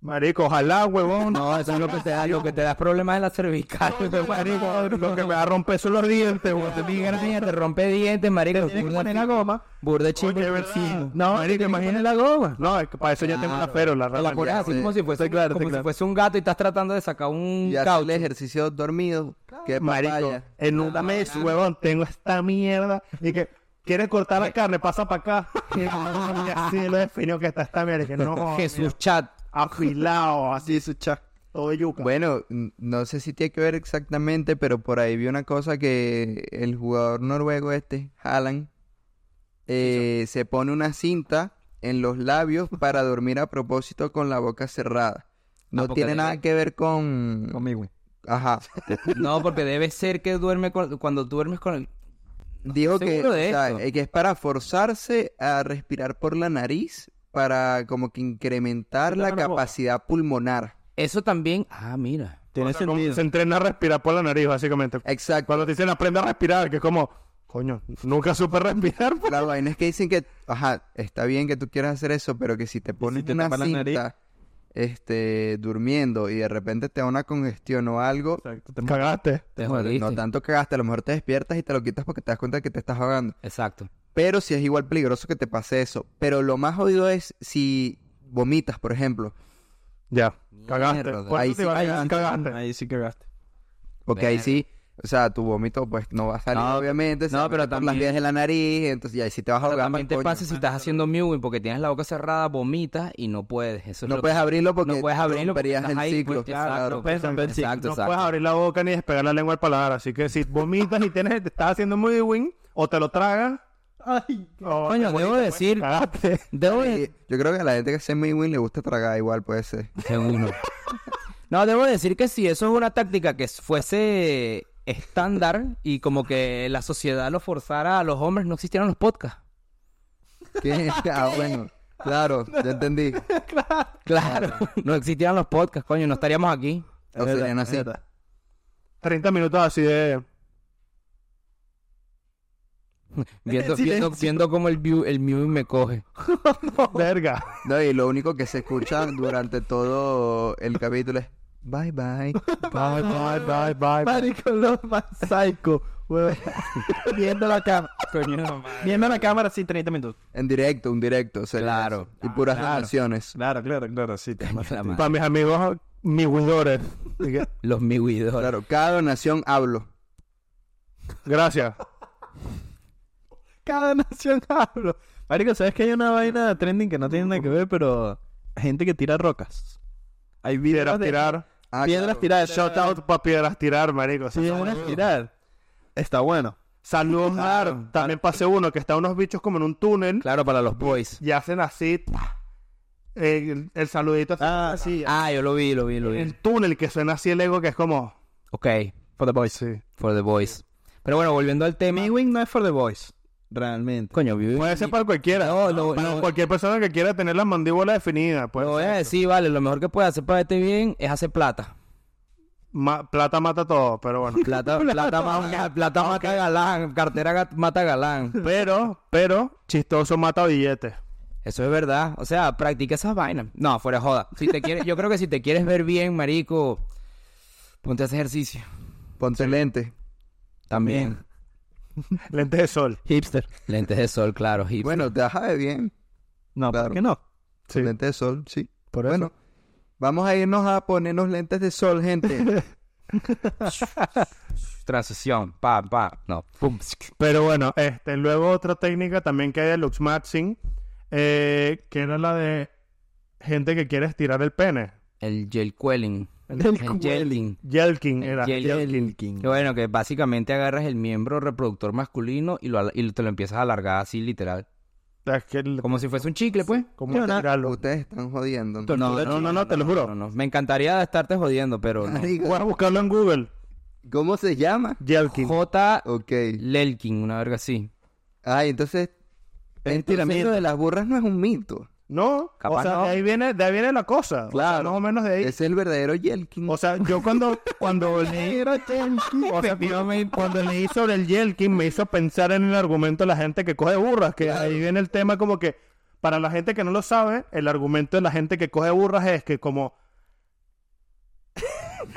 Speaker 1: Marico, ojalá, huevón.
Speaker 2: No, eso es lo que te da, lo que te da problemas en la cervical.
Speaker 1: Marico, lo que me va a romper son los dientes,
Speaker 2: Te
Speaker 1: huevón.
Speaker 2: pica la niña, te rompe dientes, marico.
Speaker 4: Tienes que poner la goma.
Speaker 2: Burde
Speaker 1: Oye,
Speaker 2: chingo.
Speaker 1: ¿verdad?
Speaker 4: No,
Speaker 1: Marico, imagínate.
Speaker 4: la goma.
Speaker 1: No, es que para eso ya tengo una férula,
Speaker 2: Te la
Speaker 1: realmente.
Speaker 2: pones así
Speaker 3: sí.
Speaker 2: como si fuese,
Speaker 1: Está claro,
Speaker 2: como
Speaker 1: está
Speaker 2: si fuese un gato y estás tratando de sacar un
Speaker 3: Y hacer el
Speaker 2: caucho.
Speaker 3: ejercicio dormido. Qué
Speaker 1: Marico,
Speaker 3: papaya.
Speaker 1: en un mes, huevón, tengo esta mierda. Y que, ¿quieres cortar la carne? Pasa para acá. Y así lo definió que está esta mierda. Y que no,
Speaker 2: Jesús chat.
Speaker 1: afilado, así,
Speaker 4: Sí, su cha.
Speaker 1: todo yuca.
Speaker 3: Bueno, n- no sé si tiene que ver exactamente, pero por ahí vi una cosa que el jugador noruego este, Haaland, eh, se pone una cinta en los labios para dormir a propósito con la boca cerrada. No
Speaker 2: Ah, porque
Speaker 3: tiene
Speaker 2: te-
Speaker 3: nada que ver con...
Speaker 4: Conmigo.
Speaker 3: Ajá.
Speaker 2: No, porque debe ser que duerme con- cuando duermes con el.
Speaker 3: Dijo que,
Speaker 2: seguro de
Speaker 3: o sea,
Speaker 2: esto.
Speaker 3: eh, que es para forzarse a respirar por la nariz para como que incrementar la
Speaker 4: Dame la boca.
Speaker 3: capacidad pulmonar.
Speaker 2: Eso también. Ah, mira.
Speaker 4: Tiene
Speaker 1: O sea, como
Speaker 4: sentido.
Speaker 1: Se entrena a respirar por la nariz, básicamente.
Speaker 3: Exacto.
Speaker 1: Cuando te dicen aprende a respirar, que es como, coño, nunca supe respirar. pues.
Speaker 3: La vaina es que dicen que, ajá, está bien que tú quieras hacer eso, pero que si te pones
Speaker 4: te
Speaker 3: una
Speaker 4: tapas la nariz?
Speaker 3: cinta, este, durmiendo y de repente te da una congestión o algo,
Speaker 4: Exacto, te-
Speaker 1: Cagaste.
Speaker 2: Te
Speaker 3: bueno,
Speaker 2: jodiste.
Speaker 3: no tanto que hasta a lo mejor te despiertas y te lo quitas porque te das cuenta que te estás ahogando.
Speaker 2: Exacto.
Speaker 3: Pero si es igual peligroso que te pase eso. Pero lo más jodido es si vomitas, por ejemplo,
Speaker 1: Ya, cagaste.
Speaker 3: Mierda,
Speaker 1: Por
Speaker 3: ahí
Speaker 1: eso te
Speaker 3: sí
Speaker 1: iba a decir, cagaste.
Speaker 4: Ahí sí cagaste.
Speaker 3: porque ahí sí, o sea, tu vómito pues no va a salir,
Speaker 2: No,
Speaker 3: obviamente, se
Speaker 2: no,
Speaker 3: va a
Speaker 2: pero
Speaker 3: meter por las
Speaker 2: también-
Speaker 3: vías de la nariz, entonces ya ahí sí te vas a
Speaker 2: Pero
Speaker 3: ahogar.
Speaker 2: también
Speaker 3: pa'l
Speaker 2: te
Speaker 3: coño.
Speaker 2: pasa si estás haciendo mewing porque tienes la boca cerrada, vomitas y no puedes. Eso es
Speaker 3: No
Speaker 2: lo-
Speaker 3: puedes abrirlo porque
Speaker 2: no puedes abrirlo porque
Speaker 3: romperías
Speaker 2: estás
Speaker 3: el
Speaker 2: ahí,
Speaker 3: ciclo.
Speaker 2: pues, exacto,
Speaker 3: claro.
Speaker 2: pues,
Speaker 4: Puedes romper el ciclo.
Speaker 2: exacto,
Speaker 1: no
Speaker 2: exacto.
Speaker 1: puedes abrir la boca ni despegar la lengua al paladar. Así que si vomitas y tienes, te estás haciendo muy win, o te lo tragas,
Speaker 4: Ay,
Speaker 1: o
Speaker 2: Coño, debo decir,
Speaker 1: cagaste.
Speaker 2: debo de-
Speaker 3: Sí, Yo creo que a la gente que hace Midwin le gusta tragar igual, puede ser.
Speaker 2: Seguro. No, debo decir que sí, eso es una táctica que fuese estándar y como que la sociedad lo forzara a los hombres, no existieran los podcasts.
Speaker 3: ¿Qué? Ah, bueno. Claro, ya entendí.
Speaker 2: Claro, no existieran los podcasts, coño, no estaríamos aquí.
Speaker 3: O
Speaker 4: Es verdad,
Speaker 3: serían
Speaker 4: es
Speaker 3: así.
Speaker 4: verdad.
Speaker 1: 30 minutos así de.
Speaker 2: Viendo,
Speaker 1: Sí,
Speaker 2: viendo,
Speaker 1: sí.
Speaker 2: viendo cómo el view, el viewing me coge.
Speaker 1: Verga.
Speaker 3: No, y lo único que se escucha durante todo el capítulo es bye bye.
Speaker 1: Bye, bye, bye, bye.
Speaker 4: Marico, lo más psycho. huevón. viendo la cámara. Viendo la cámara, sí, 30 minutos.
Speaker 3: En directo, un directo. sería
Speaker 2: Claro.
Speaker 3: eso. Y puras
Speaker 4: Claro.
Speaker 3: canciones.
Speaker 4: Claro, claro, claro, sí. te-
Speaker 2: La madre.
Speaker 1: Para mis amigos, mis widores. Y que,
Speaker 2: Los miwidores.
Speaker 3: Claro, cada donación hablo.
Speaker 1: Gracias.
Speaker 4: Cada nación hablo. Marico, ¿sabes que hay una vaina trending que no tiene nada que ver, pero gente que tira rocas? Hay videos
Speaker 1: Piedras
Speaker 4: de
Speaker 1: tirar.
Speaker 3: Ah,
Speaker 4: piedras
Speaker 3: claro.
Speaker 4: tiradas.
Speaker 1: Shout out para piedras tirar, marico. Eso está
Speaker 4: Piedras
Speaker 1: bueno.
Speaker 4: tiradas. Está bueno.
Speaker 1: Saludos, Nar. También pasé uno que está unos bichos como en un túnel
Speaker 2: Claro, para los boys.
Speaker 1: y hacen así. ¡pa! El, el saludito así.
Speaker 4: Ah, sí.
Speaker 2: Ah, yo lo vi, lo vi, lo vi.
Speaker 1: El túnel que suena así el ego que es como.
Speaker 2: Ok, for the boys.
Speaker 1: Sí.
Speaker 2: For the boys. Pero bueno, volviendo al tema.
Speaker 4: Mi wing no es for the boys. Realmente.
Speaker 2: Coño, vive.
Speaker 1: Puede ser para cualquiera.
Speaker 2: No, no,
Speaker 1: para
Speaker 2: no.
Speaker 1: cualquier persona que quiera tener la mandíbula definida. Pues,
Speaker 2: Lo voy a decir, eh, vale, lo mejor que puedes hacer para verte bien es hacer plata.
Speaker 1: ma- plata mata todo, pero bueno.
Speaker 2: Plata, plata, ma- plata mata galán, cartera gat- mata galán.
Speaker 1: pero, pero, chistoso mata billetes.
Speaker 2: Eso es verdad. O sea, practica esas vainas. No, fuera de joda. Si te quieres, yo creo que si te quieres ver bien, marico, ponte a hacer ejercicio.
Speaker 3: Ponte lente.
Speaker 2: También.
Speaker 1: Lentes de sol.
Speaker 4: Hipster.
Speaker 2: Lentes de sol, claro. hipster.
Speaker 3: Bueno, te vas a ver bien.
Speaker 4: No,
Speaker 3: Claro.
Speaker 4: ¿por qué no?
Speaker 1: Sí.
Speaker 3: Lentes de sol, sí.
Speaker 1: Por
Speaker 3: bueno,
Speaker 1: eso.
Speaker 3: vamos a irnos a ponernos lentes de sol, gente.
Speaker 2: Transición. Pa, pa. No. Pum.
Speaker 1: Pero bueno, este, luego otra técnica también que hay de Lux Matching, eh, que era la de gente que quiere estirar el pene.
Speaker 2: El gel quelling.
Speaker 4: El
Speaker 2: quelling.
Speaker 1: Yelking
Speaker 2: El
Speaker 1: era.
Speaker 2: gel- Que Bueno, que básicamente agarras el miembro reproductor masculino y, lo, ala- y te lo empiezas a alargar así, literal.
Speaker 1: Es que el-
Speaker 2: Como si fuese un chicle, pues.
Speaker 1: como
Speaker 4: Yo no-
Speaker 1: estirarlo.
Speaker 3: Ustedes están jodiendo.
Speaker 2: No, no, no, no, te lo juro. Me encantaría estarte jodiendo, pero no.
Speaker 3: Marico,
Speaker 1: Voy a buscarlo en Google.
Speaker 3: ¿Cómo se llama?
Speaker 1: Yelking.
Speaker 2: J.
Speaker 3: Ok.
Speaker 2: Lelkin, una verga así.
Speaker 3: Ay, Ah, entonces... Entonces
Speaker 4: Estiramiento.
Speaker 3: lo de las burras no es un mito.
Speaker 1: No,
Speaker 2: Capaz
Speaker 1: o sea,
Speaker 2: no.
Speaker 1: de ahí viene, de ahí viene la cosa. O sea,
Speaker 3: Claro.
Speaker 1: más o menos de ahí.
Speaker 3: Es el verdadero Yelkin.
Speaker 1: O sea, yo cuando, cuando leí o sea, cuando leí sobre el Yelkin me hizo pensar en el argumento de la gente que coge burras, que ahí viene el tema como que para la gente que no lo sabe, el argumento de la gente que coge burras es que como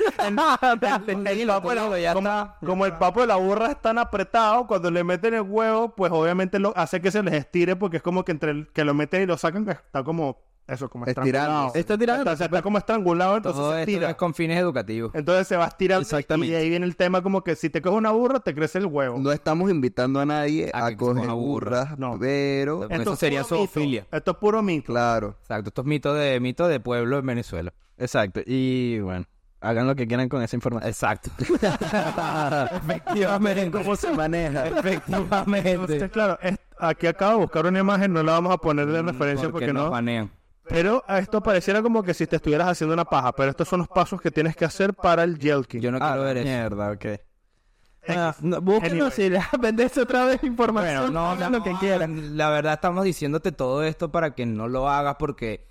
Speaker 1: como, como el papo de la burra es tan apretado, cuando le meten el huevo, pues obviamente lo hace que se les estire porque es como que entre el, que lo meten y lo sacan está como eso, como estrangulado.
Speaker 3: Estirándose.
Speaker 4: Está tirando.
Speaker 1: Está, está como estrangulado, entonces
Speaker 2: Todo
Speaker 1: se
Speaker 2: esto
Speaker 1: estira.
Speaker 2: es con fines educativos.
Speaker 1: Entonces se va estirando
Speaker 4: Exactamente.
Speaker 1: y ahí viene el tema como que si te coges una burra te crece el huevo.
Speaker 3: No estamos invitando a nadie
Speaker 2: A
Speaker 3: a,
Speaker 2: que
Speaker 3: coger
Speaker 2: coja burras,
Speaker 3: burras,
Speaker 1: no.
Speaker 3: pero...
Speaker 2: Eso
Speaker 1: es
Speaker 2: sería
Speaker 1: puro mito.
Speaker 2: zoofilia.
Speaker 1: Esto es puro mito.
Speaker 3: Claro.
Speaker 2: Exacto, estos mitos de mitos de pueblo en Venezuela.
Speaker 4: Exacto. Y bueno, hagan lo que quieran con esa información.
Speaker 2: Exacto. Efectivamente. ¿Cómo se maneja? Efectivamente.
Speaker 1: Entonces, claro, es- aquí acabo de buscar una imagen, no la vamos a poner de referencia porque,
Speaker 2: nos
Speaker 1: no.
Speaker 2: banean.
Speaker 1: Pero a esto pareciera como que si te estuvieras haciendo una paja, pero estos son los pasos que tienes que hacer para el yelking.
Speaker 2: Yo no
Speaker 4: Ah,
Speaker 2: quiero ver eso.
Speaker 4: mierda, ok. Ah, no, búsquenos y les apendece otra vez información.
Speaker 2: no,
Speaker 4: hagan lo que quieran.
Speaker 2: La verdad estamos diciéndote todo esto para que no lo hagas porque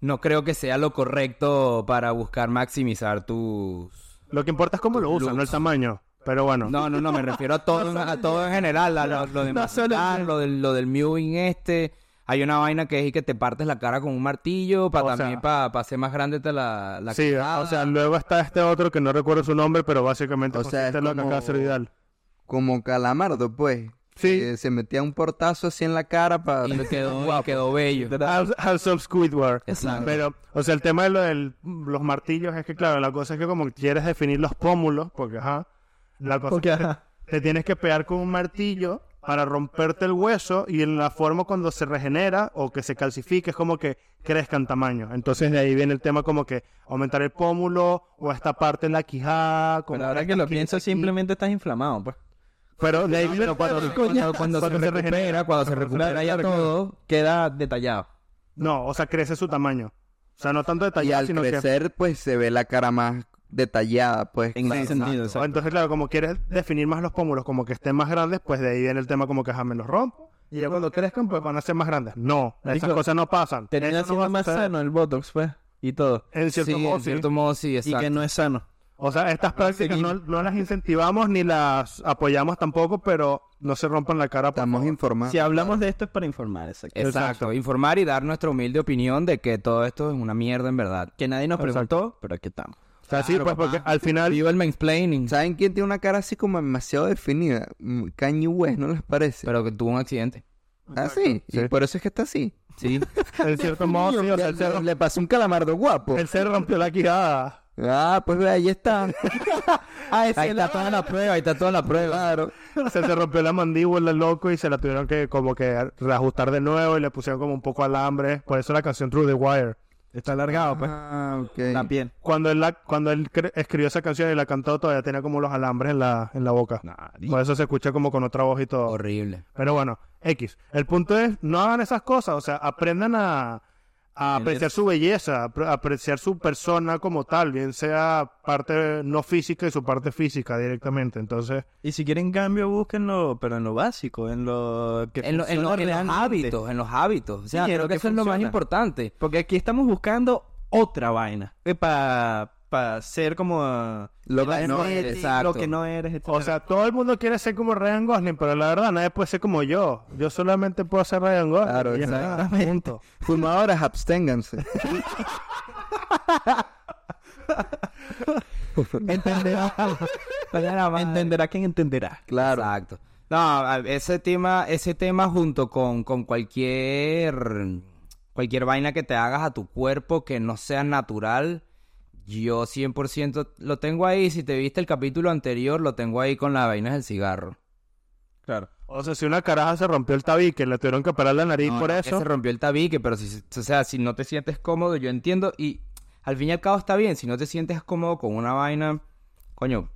Speaker 2: no creo que sea lo correcto para buscar maximizar tus...
Speaker 1: Lo que importa es cómo lo usas, no el tamaño. Pero bueno,
Speaker 2: No, no, no, me refiero a todo, en- a todo en general, a lo, lo de masticar, lo del, lo del mewing este. Hay una vaina que es que te partes la cara con un martillo para
Speaker 1: O sea-
Speaker 2: también para hacer más grande te la, la
Speaker 1: sí, o sea, luego está este otro que no recuerdo su nombre, pero básicamente
Speaker 3: O sea,
Speaker 1: consiste
Speaker 3: es
Speaker 1: en lo que
Speaker 3: como-
Speaker 1: acaba de hacer Vidal.
Speaker 3: Como calamardo, pues.
Speaker 1: Sí.
Speaker 3: Que se metía un portazo así en la cara para...
Speaker 2: y quedó, y quedó bello.
Speaker 1: House, House of Squidward.
Speaker 2: Exacto.
Speaker 1: Pero, o sea, el tema de lo del- los martillos es que, claro, la cosa es que como quieres definir los pómulos, porque ajá, la cosa
Speaker 4: Porque,
Speaker 1: es que
Speaker 4: ajá.
Speaker 1: te tienes que pegar con un martillo para romperte el hueso y en la forma cuando se regenera o que se calcifique es como que crezcan tamaño. Entonces de ahí viene el tema como que aumentar el pómulo o esta parte en la quijada. Como
Speaker 4: Pero ahora que lo pienso, simplemente estás inflamado, pues.
Speaker 1: Pero de ahí viene el
Speaker 2: cuando,
Speaker 1: tema.
Speaker 2: cuando- cuando
Speaker 1: Cuando
Speaker 2: se,
Speaker 1: se
Speaker 2: recupera,
Speaker 1: regenera,
Speaker 2: cuando se recupera ya todo,
Speaker 4: Queda detallado.
Speaker 1: No, o sea, crece su tamaño. O sea, no tanto
Speaker 3: Y
Speaker 1: detallado,
Speaker 3: al
Speaker 1: sino que...
Speaker 3: crecer, pues, se ve la cara más detallada, pues.
Speaker 4: En ese sentido,
Speaker 1: O
Speaker 4: exacto.
Speaker 1: Entonces, claro, como quieres definir más los pómulos, como que estén más grandes, pues de ahí viene el tema como que jamás los rompo. Y ya cuando crezcan, pues van a ser más grandes. No, esas
Speaker 4: Marico,
Speaker 1: cosas no pasan.
Speaker 4: Termina
Speaker 1: Eso no va
Speaker 4: siendo
Speaker 1: a
Speaker 4: más
Speaker 1: suceder.
Speaker 4: sano el Botox, pues. Y todo.
Speaker 1: En cierto
Speaker 2: sí,
Speaker 1: modo,
Speaker 2: en
Speaker 1: sí.
Speaker 2: cierto modo sí,
Speaker 4: Y
Speaker 2: exacto.
Speaker 4: que no es sano.
Speaker 1: O sea, estas prácticas no, no las incentivamos ni las apoyamos tampoco, pero no se rompan la cara. pues. por
Speaker 3: Estamos
Speaker 1: favor.
Speaker 3: informados.
Speaker 4: Si hablamos de esto es para informar, exacto.
Speaker 2: Exacto. informar y dar nuestra humilde opinión de que todo esto es una mierda en verdad.
Speaker 4: Que nadie nos
Speaker 1: Exacto.
Speaker 4: preguntó, pero aquí estamos.
Speaker 1: O sea, sí, pues porque al final...
Speaker 2: Viva el mansplaining.
Speaker 3: ¿Saben quién tiene una cara así como demasiado definida? Mm, Kanye West, ¿no les parece?
Speaker 2: Pero que tuvo un accidente.
Speaker 3: ah, sí.
Speaker 1: Sí.
Speaker 3: Y por eso es que está así.
Speaker 2: Sí.
Speaker 1: En cierto modo, sí, o sea, él se,
Speaker 3: le,
Speaker 1: rompió,
Speaker 3: le pasó un calamardo guapo.
Speaker 1: él se rompió la quijada.
Speaker 3: Ah, pues ve, ahí está.
Speaker 2: Ah, ahí está toda la prueba, ahí está toda la prueba.
Speaker 3: Claro.
Speaker 1: Se, se rompió la mandíbula, loco, y se la tuvieron que como que reajustar de nuevo y le pusieron como un poco alambre. Por eso la canción Through the Wire.
Speaker 4: Está alargado, pues.
Speaker 3: Ah, ok.
Speaker 4: La piel.
Speaker 1: Cuando él, la- cuando él cre- escribió esa canción y la cantó, todavía tenía como los alambres en la, en la boca. Por eso se escucha como con otra voz y todo.
Speaker 2: Horrible.
Speaker 1: Pero bueno, X. El punto es, no hagan esas cosas. O sea, aprendan a, a apreciar su belleza, apre- apreciar su persona como tal, bien sea parte no física y su parte física directamente. Entonces,
Speaker 4: Y si quieren cambio, búsquenlo, pero en lo básico, en lo que
Speaker 2: En, lo- en lo- en
Speaker 4: funciona
Speaker 2: los
Speaker 4: realmente.
Speaker 2: hábitos, en los hábitos. O sea,
Speaker 4: Sí, en
Speaker 2: creo
Speaker 4: lo
Speaker 2: que
Speaker 4: que
Speaker 2: eso es lo más
Speaker 4: funciona.
Speaker 2: importante.
Speaker 4: Porque aquí estamos buscando otra vaina. Para ser como... eh,
Speaker 3: Lo que no
Speaker 4: eres,
Speaker 3: eres,
Speaker 4: Lo
Speaker 2: exacto.
Speaker 4: que no eres, etc.
Speaker 1: o sea, todo el mundo quiere ser como Ryan Gosling, pero la verdad nadie puede ser como yo. Yo solamente puedo ser Ryan Gosling.
Speaker 3: Claro,
Speaker 1: y ya está,
Speaker 3: exactamente.
Speaker 1: punto.
Speaker 3: Fumadoras, absténganse.
Speaker 4: entenderá. entenderá quien entenderá.
Speaker 3: Claro.
Speaker 2: Exacto. No, a- ese tema, ese tema junto con, con cualquier cualquier vaina que te hagas a tu cuerpo que no sea natural, yo 100% lo tengo ahí. Si te viste el capítulo anterior, lo tengo ahí con las vainas del cigarro.
Speaker 4: Claro.
Speaker 1: O sea, si una caraja se rompió el tabique, le tuvieron que parar la nariz
Speaker 2: No,
Speaker 1: por
Speaker 2: no, que
Speaker 1: eso.
Speaker 2: se rompió el tabique, pero si, o sea, si no te sientes cómodo, yo entiendo. Y al fin y al cabo está bien, si no te sientes cómodo con una vaina, coño,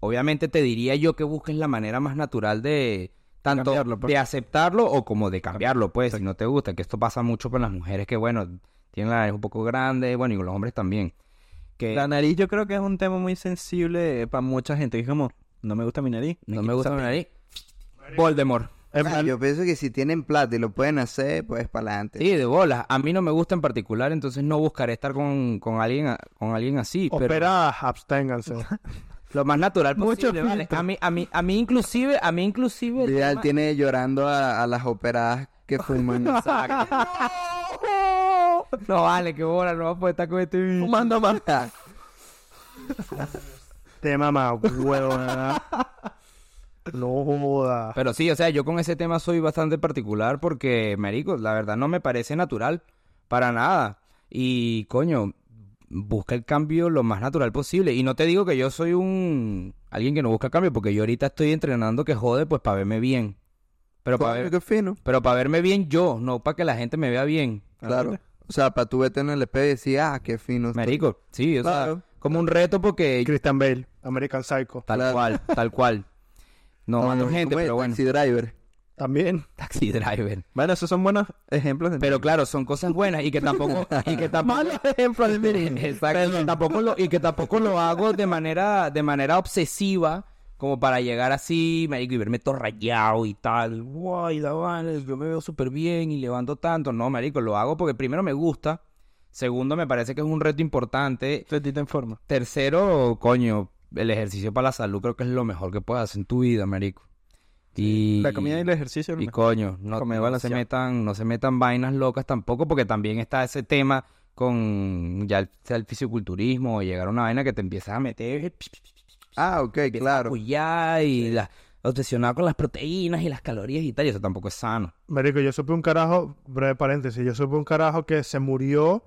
Speaker 2: obviamente te diría yo que busques la manera más natural de tanto
Speaker 4: Cambiarlo, pues.
Speaker 2: de aceptarlo o como de cambiarlo, pues, si no te gusta, que esto pasa mucho con las mujeres que, bueno, tienen la nariz un poco grande, bueno, y con los hombres también. Que
Speaker 4: La nariz yo creo que es un tema muy sensible para mucha gente. Que es como, no me gusta mi nariz.
Speaker 2: no me gusta mi nariz. Voldemort.
Speaker 1: Es
Speaker 3: Ah,
Speaker 1: mal-
Speaker 3: Yo pienso que si tienen plata y lo pueden hacer, pues para adelante.
Speaker 2: Sí, de bolas. A mí no me gusta en particular, entonces no buscaré estar con, con alguien con alguien así. pero-
Speaker 1: Operadas, absténganse.
Speaker 2: Lo más natural
Speaker 4: Mucho
Speaker 2: posible, ¿vale?
Speaker 4: filtro.
Speaker 2: A mí, a mí, a mí inclusive, a mí inclusive... el
Speaker 3: Vidal
Speaker 2: tema-
Speaker 3: tiene llorando a, a las operadas que fuman.
Speaker 2: No vale, qué bola, no vas a poder estar con este... bicho.
Speaker 3: Fumando más.
Speaker 1: Te mamá, huevo, ¿verdad? No joda.
Speaker 2: Pero sí, o sea, yo con ese tema soy bastante particular porque, marico, la verdad no me parece natural. Para nada. Y, coño, busca el cambio lo más natural posible. Y no te digo que yo soy un... Alguien que no busca cambio, porque yo ahorita estoy entrenando que jode, pues para verme bien. Pero para
Speaker 3: Coño, qué fino.
Speaker 2: Pero para verme bien yo, no para que la gente me vea bien.
Speaker 3: Claro. O sea, para tú vete en el espejo y decir, ah, qué fino. estoy.
Speaker 2: Marico, sí, o sea,
Speaker 3: Claro.
Speaker 2: como un reto porque
Speaker 1: Christian Bale, American Psycho.
Speaker 2: tal
Speaker 3: Claro.
Speaker 2: cual, tal cual. No,
Speaker 3: Como-
Speaker 2: mando gente,
Speaker 3: como el
Speaker 2: pero bueno,
Speaker 3: Taxi driver.
Speaker 1: También.
Speaker 2: taxi driver.
Speaker 4: Bueno, esos son buenos ejemplos. De...
Speaker 2: Pero claro, son cosas buenas y que tampoco y que tampoco ejemplos de Exacto, y que tampoco lo y que tampoco lo hago de manera de manera obsesiva como para llegar así, marico, y verme todo rayado y tal. Guay, la vaina, yo me veo súper bien y levanto tanto. No, marico, lo hago porque primero me gusta, segundo me parece que es un reto importante
Speaker 4: Te- te informa.
Speaker 2: Tercero, coño, el ejercicio para la salud creo que es lo mejor que puedes hacer en tu vida, marico. Y,
Speaker 4: La comida y el
Speaker 2: y
Speaker 4: ejercicio. hermano.
Speaker 2: coño, no,
Speaker 4: Comer
Speaker 2: no se
Speaker 4: balanceado.
Speaker 2: metan, no se metan vainas locas tampoco, porque también está ese tema con ya el- sea el fisiculturismo o llegar a una vaina que te empiezas a meter,
Speaker 3: Ah, ok, claro.
Speaker 2: cuyá y la, obsesionado con las proteínas y las calorías y tal, y eso tampoco es sano.
Speaker 1: Marico, yo supe un carajo, breve paréntesis, yo supe un carajo que se murió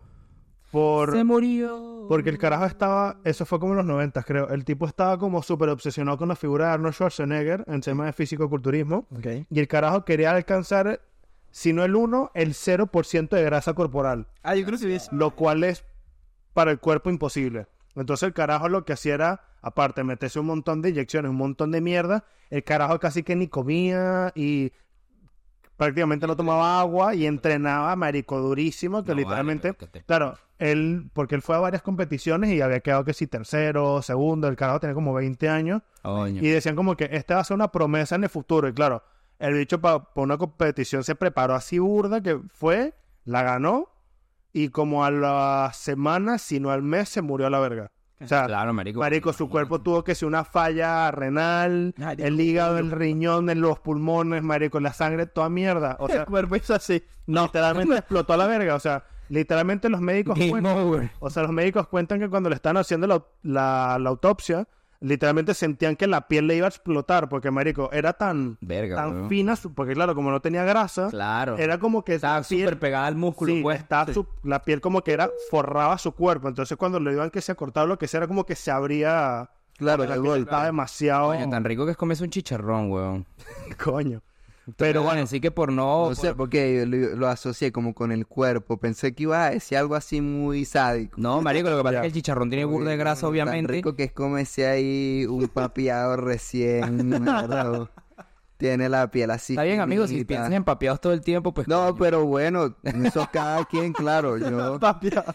Speaker 1: por...
Speaker 2: se murió.
Speaker 1: Porque el carajo estaba, eso fue como en los 90, creo. El tipo estaba como súper obsesionado con la figura de Arnold Schwarzenegger en tema de físico-culturismo.
Speaker 4: Ok.
Speaker 1: Y el carajo quería alcanzar, si no el 1, el 0% de grasa corporal.
Speaker 4: Ah, yo creo que sí es-
Speaker 1: lo cual es para el cuerpo imposible. Entonces el carajo lo que hacía era, aparte, de meterse un montón de inyecciones, un montón de mierda, el carajo casi que ni comía y prácticamente no tomaba agua y entrenaba marico durísimo, que
Speaker 2: No, vale,
Speaker 1: literalmente,
Speaker 2: pero que te-
Speaker 1: claro, él, porque él fue a varias competiciones y había quedado que si tercero, segundo, el carajo tenía como 20 años.
Speaker 2: Coño.
Speaker 1: Y decían como que esta va a ser una promesa en el futuro. Y claro, el bicho para una competición se preparó así burda que fue, la ganó y como a la semana, si no al mes, se murió a la verga. O sea,
Speaker 2: Claro, marico.
Speaker 1: ah, marico, su cuerpo tuvo que ser una falla renal,
Speaker 4: Marico,
Speaker 1: el hígado, el riñón, en los pulmones, marico, la sangre, toda mierda. O
Speaker 4: el
Speaker 1: sea,
Speaker 4: cuerpo es así. No.
Speaker 1: literalmente explotó a la verga. O sea, literalmente los médicos...
Speaker 2: Game
Speaker 1: cuentan-
Speaker 2: over.
Speaker 1: o sea, los médicos cuentan que cuando le están haciendo la, la- la autopsia, literalmente sentían que la piel le iba a explotar porque, marico, era tan,
Speaker 2: Verga,
Speaker 1: tan
Speaker 2: weón.
Speaker 1: fina, su- porque claro, como no tenía grasa,
Speaker 2: Claro.
Speaker 1: era como que
Speaker 2: Estaba
Speaker 1: su piel-
Speaker 2: súper pegada al músculo,
Speaker 1: sí,
Speaker 2: pues.
Speaker 1: estaba su- la piel como que era, forraba su cuerpo, entonces cuando le iban que se cortaba lo que sea, era como que se abría,
Speaker 3: Claro,
Speaker 1: la
Speaker 3: de
Speaker 1: piel
Speaker 3: golpe.
Speaker 1: estaba demasiado,
Speaker 2: Coño, tan rico que es comerse un chicharrón, weón.
Speaker 1: coño.
Speaker 2: Pero bueno, así que por no...
Speaker 3: No sé, porque lo, lo asocié como con el cuerpo. Pensé que iba a decir algo así muy sádico.
Speaker 2: No, marico, lo que pasa
Speaker 1: Ya.
Speaker 2: es que el chicharrón tiene burda de grasa,
Speaker 3: Tan
Speaker 2: obviamente.
Speaker 3: rico que es comerse ahí un papiado recién. ¿verdad? Tiene la piel así.
Speaker 2: Está bien, amigos, si
Speaker 3: finita.
Speaker 2: piensas en papeados todo el tiempo, pues...
Speaker 3: No,
Speaker 2: coño.
Speaker 3: pero bueno, eso es cada quien, claro. Yo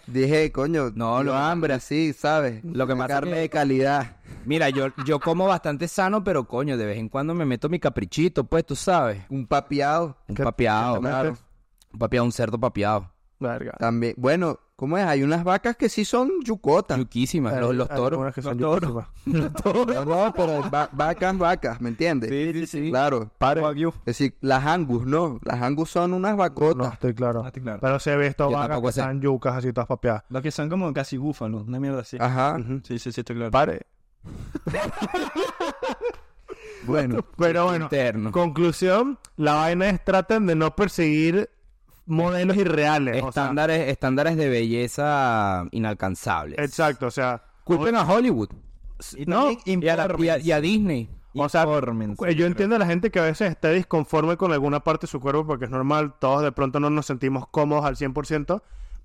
Speaker 3: dije, coño,
Speaker 2: No,
Speaker 3: no,
Speaker 2: lo-
Speaker 3: lo hambre así, ¿sabes?
Speaker 2: Lo que
Speaker 3: Una
Speaker 2: pasa es
Speaker 3: carne
Speaker 2: que-
Speaker 3: de calidad.
Speaker 2: Mira, yo, yo como bastante sano, pero coño, de vez en cuando me meto mi caprichito, pues, tú sabes.
Speaker 3: Un papiado,
Speaker 2: Un
Speaker 1: ¿Qué-
Speaker 2: papeado.
Speaker 1: qué te
Speaker 2: claro.
Speaker 1: metes?
Speaker 2: Un papeado, un cerdo papeado.
Speaker 1: Verga.
Speaker 3: también. Bueno, ¿cómo es? Hay unas vacas que sí son yucotas.
Speaker 2: Yuquísimas, los, los
Speaker 1: Hay
Speaker 2: toros.
Speaker 1: algunas que son
Speaker 4: los toros.
Speaker 1: yuquísimas.
Speaker 2: Los toros.
Speaker 3: No, no, pero va- vacas, vacas, ¿me entiendes?
Speaker 4: Sí, sí, sí.
Speaker 3: Claro. Es decir, las angus, no. Las angus son unas
Speaker 1: No
Speaker 3: vacotas.
Speaker 1: estoy claro.
Speaker 4: No estoy claro.
Speaker 1: Pero se he visto
Speaker 2: Yo
Speaker 1: vacas
Speaker 2: tampoco
Speaker 1: que
Speaker 2: sé.
Speaker 1: están yucas así todas papeadas.
Speaker 4: Los que son como casi búfalos, una mierda así.
Speaker 3: Ajá.
Speaker 4: Sí, sí, sí, estoy claro.
Speaker 1: Pare.
Speaker 3: Bueno,
Speaker 1: Pero bueno,
Speaker 2: Interno.
Speaker 1: conclusión, la vaina es traten de no perseguir modelos irreales. o sea,
Speaker 2: Estándares, estándares de belleza inalcanzables.
Speaker 1: exacto, o sea,
Speaker 2: Culpen a Hollywood.
Speaker 4: Y
Speaker 1: no,
Speaker 4: también
Speaker 2: Y a, la- y a- y a Disney.
Speaker 1: o sea,
Speaker 4: infórmense.
Speaker 1: Pues yo entiendo a la gente que a veces está disconforme con alguna parte de su cuerpo porque es normal, todos de pronto no nos sentimos cómodos al 100%,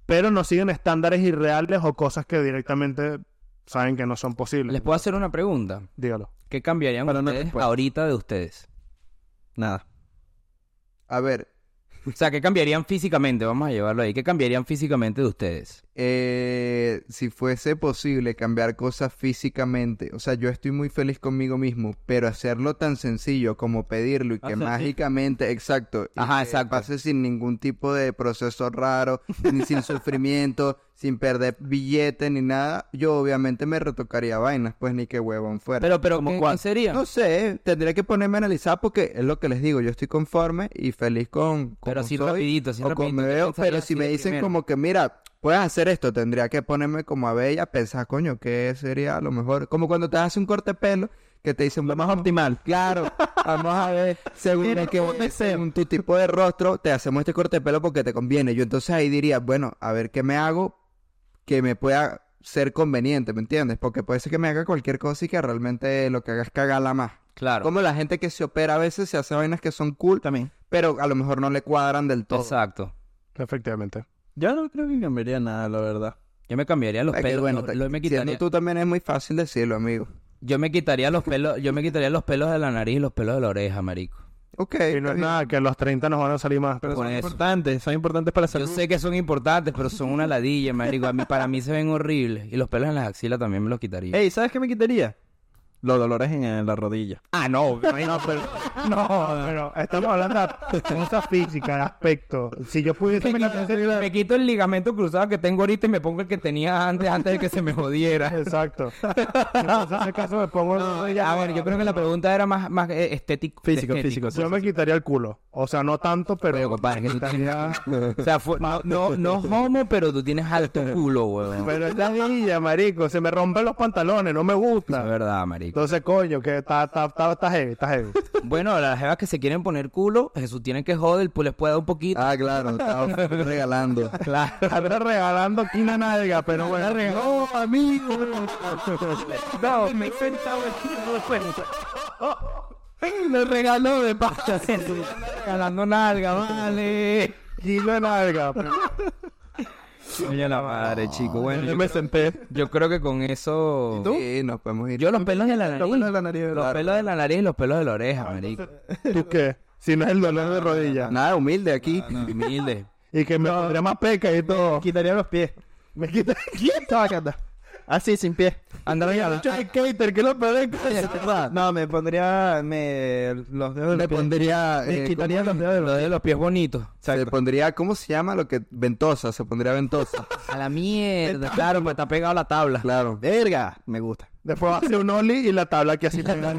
Speaker 1: pero no siguen estándares irreales o cosas que directamente saben que no son posibles.
Speaker 2: Les puedo hacer una pregunta.
Speaker 1: Dígalo.
Speaker 2: ¿Qué cambiarían
Speaker 4: Para una
Speaker 2: ustedes
Speaker 4: respuesta.
Speaker 2: ahorita de ustedes?
Speaker 4: Nada.
Speaker 3: a ver,
Speaker 2: O sea, ¿qué cambiarían físicamente? Vamos a llevarlo ahí. ¿Qué cambiarían físicamente de ustedes?
Speaker 3: eh, si fuese posible cambiar cosas físicamente, o sea, yo estoy muy feliz conmigo mismo, pero hacerlo tan sencillo como pedirlo y que
Speaker 4: Hacer-
Speaker 3: mágicamente, exacto, y
Speaker 2: Ajá,
Speaker 3: que
Speaker 2: exacto.
Speaker 3: pase sin ningún tipo de proceso raro, ni sin sufrimiento, sin perder billete ni nada, yo obviamente me retocaría vainas, pues ni que huevón fuera.
Speaker 2: Pero, pero,
Speaker 4: ¿Cómo
Speaker 2: ¿qué,
Speaker 4: cuál?
Speaker 2: qué sería?
Speaker 3: No sé, tendría que ponerme a analizar porque es lo que les digo, yo estoy conforme y feliz con como
Speaker 2: Pero así
Speaker 3: soy
Speaker 2: rapidito, así
Speaker 3: o como
Speaker 2: rapidito,
Speaker 3: me
Speaker 2: ¿qué
Speaker 3: veo,
Speaker 2: pensarías
Speaker 3: pero
Speaker 2: así
Speaker 3: si
Speaker 2: de
Speaker 3: me dicen
Speaker 2: primero?
Speaker 3: como que mira, puedes hacer esto, tendría que ponerme como a bella, pensar, coño, ¿qué sería lo mejor? Como cuando te haces un corte de pelo que te dicen lo más optimal. Claro, vamos a ver, según, lo que, según tu tipo de rostro, te hacemos este corte de pelo porque te conviene. Yo entonces ahí diría, bueno, a ver qué me hago que me pueda ser conveniente, ¿me entiendes? Porque puede ser que me haga cualquier cosa y que realmente lo que haga es cagarla más.
Speaker 2: Claro.
Speaker 3: Como la gente que se opera a veces se hace vainas que son cool,
Speaker 4: También.
Speaker 3: pero a lo mejor no le cuadran del todo.
Speaker 2: Exacto.
Speaker 1: Efectivamente.
Speaker 4: Yo no creo que cambiaría nada, la verdad.
Speaker 2: Yo me cambiaría los
Speaker 3: Es que,
Speaker 2: pelos.
Speaker 3: bueno,
Speaker 2: lo-
Speaker 3: te-
Speaker 2: lo- me
Speaker 3: siendo
Speaker 2: quitaría-
Speaker 3: tú también es muy fácil decirlo, amigo.
Speaker 2: Yo me quitaría los pelos, yo me quitaría los pelos de la nariz y los pelos de la oreja, marico.
Speaker 3: Ok.
Speaker 1: Y no
Speaker 3: está
Speaker 1: es
Speaker 3: bien.
Speaker 1: nada, que a los 30 nos van a salir más.
Speaker 4: Pero
Speaker 2: Por
Speaker 4: son
Speaker 2: eso.
Speaker 4: importantes, son importantes para
Speaker 2: Yo
Speaker 4: salud.
Speaker 2: sé que son importantes, pero son una ladilla, marico. A mí, para mí se ven horribles. Y los pelos en las axilas también me los quitaría.
Speaker 4: Ey, ¿sabes qué me quitaría? Los dolores en, en la rodilla.
Speaker 2: Ah, no.
Speaker 1: No, pero, no, pero estamos hablando de cosas físicas, de aspecto. Si yo pudiese...
Speaker 2: Me quito, me quito el ligamento cruzado que tengo ahorita y me pongo el que tenía antes, antes de que se me jodiera.
Speaker 1: Exacto. Entonces, en ese caso me pongo...
Speaker 2: A ver, Ah, yo creo que la pregunta era más, más eh, estético.
Speaker 4: Físico,
Speaker 2: estético.
Speaker 4: físico. sí,
Speaker 1: Yo me quitaría el culo. O sea, no tanto, pero...
Speaker 2: Oye, compadre, que tú tienes-
Speaker 1: quitaría-
Speaker 2: pues. O sea, fue- no, no, no homo, pero tú tienes alto culo, weón.
Speaker 1: Pero es la villa, marico. Se me rompen los pantalones, no me
Speaker 2: Es
Speaker 1: gusta.
Speaker 2: verdad, marico.
Speaker 1: Entonces, coño, que está, está, está, está heavy, está heavy.
Speaker 2: Bueno, las jevas que se quieren poner culo, Jesús tienen que joder, pues les puede dar un poquito.
Speaker 3: Ah, claro, estaba regalando.
Speaker 2: Claro.
Speaker 1: Anda regalando aquí una nalga, pero bueno.
Speaker 3: No, amigo.
Speaker 2: No, me he sentado el culo después. Le regaló de pasta. regalando nalga, vale.
Speaker 1: Kilo de nalga. pero-
Speaker 2: Oye, la madre, chico. Bueno,
Speaker 1: Yo
Speaker 2: yo,
Speaker 1: me senté.
Speaker 2: yo creo que con eso... eh,
Speaker 3: Sí, nos podemos ir.
Speaker 2: Yo los pelos de la nariz.
Speaker 3: Los pelos de la nariz,
Speaker 2: Los
Speaker 3: claro.
Speaker 2: pelos de la nariz y los pelos de la oreja, marico.
Speaker 1: ¿Tú qué? Si no es el dolor de rodilla.
Speaker 3: Nada, humilde aquí.
Speaker 2: Humilde.
Speaker 1: Y que me pondría más peca y todo.
Speaker 4: Quitaría los pies.
Speaker 1: Me quita.
Speaker 4: Así, Ah, sin pie.
Speaker 2: Andar regalando...
Speaker 1: Yo skater, que lo peor
Speaker 2: este
Speaker 4: No, me pondría me, los dedos de
Speaker 3: Le
Speaker 4: los pies.
Speaker 3: pondría...
Speaker 4: Me
Speaker 3: eh,
Speaker 4: quitaría los dedos de los
Speaker 2: Lo de los pies bonitos.
Speaker 3: Se
Speaker 4: Exacto.
Speaker 3: pondría, ¿cómo se llama lo que? Ventosa, se pondría ventosa.
Speaker 2: A la mierda. Claro, pues está pegado a la tabla.
Speaker 3: claro.
Speaker 4: Verga. Me gusta.
Speaker 1: Después hace un ollie y la tabla que así pegada.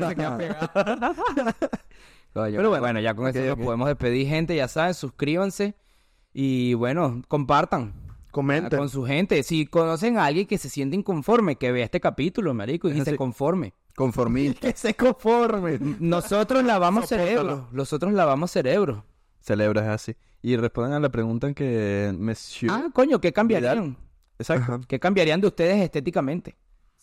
Speaker 2: Coño,
Speaker 4: Pero bueno.
Speaker 2: ya con eso
Speaker 4: Ok,
Speaker 2: nos
Speaker 4: ok.
Speaker 2: podemos despedir, gente. Ya saben, suscríbanse y bueno, compartan ah,
Speaker 1: Comenten.
Speaker 2: con su gente. Si conocen a alguien que se siente inconforme, que vea este capítulo, marico, y
Speaker 4: Eso
Speaker 2: se
Speaker 4: sí.
Speaker 2: conforme.
Speaker 3: Conformista.
Speaker 1: Que se conforme.
Speaker 2: Nosotros lavamos
Speaker 1: Sopótalo.
Speaker 2: cerebro. Nosotros lavamos cerebro.
Speaker 4: Celebras así. Y respondan a la pregunta en que Monsieur...
Speaker 2: Ah, coño, ¿qué cambiarían?
Speaker 4: Exacto.
Speaker 3: Ajá.
Speaker 2: ¿Qué cambiarían de ustedes estéticamente?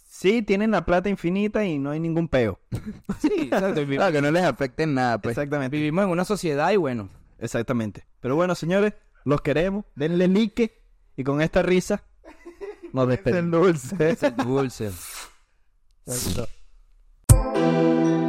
Speaker 4: Sí, tienen la plata infinita y no hay ningún peo.
Speaker 2: Sí, exacto, vivi-
Speaker 3: Claro, que no les afecte en nada, pues.
Speaker 4: Exactamente.
Speaker 2: Vivimos en una sociedad y bueno,
Speaker 4: Exactamente. Pero bueno, señores, los queremos. Denle like. Y con esta risa nos despedimos.
Speaker 1: Dulce.
Speaker 2: dulce.
Speaker 1: Exacto.
Speaker 3: Chao.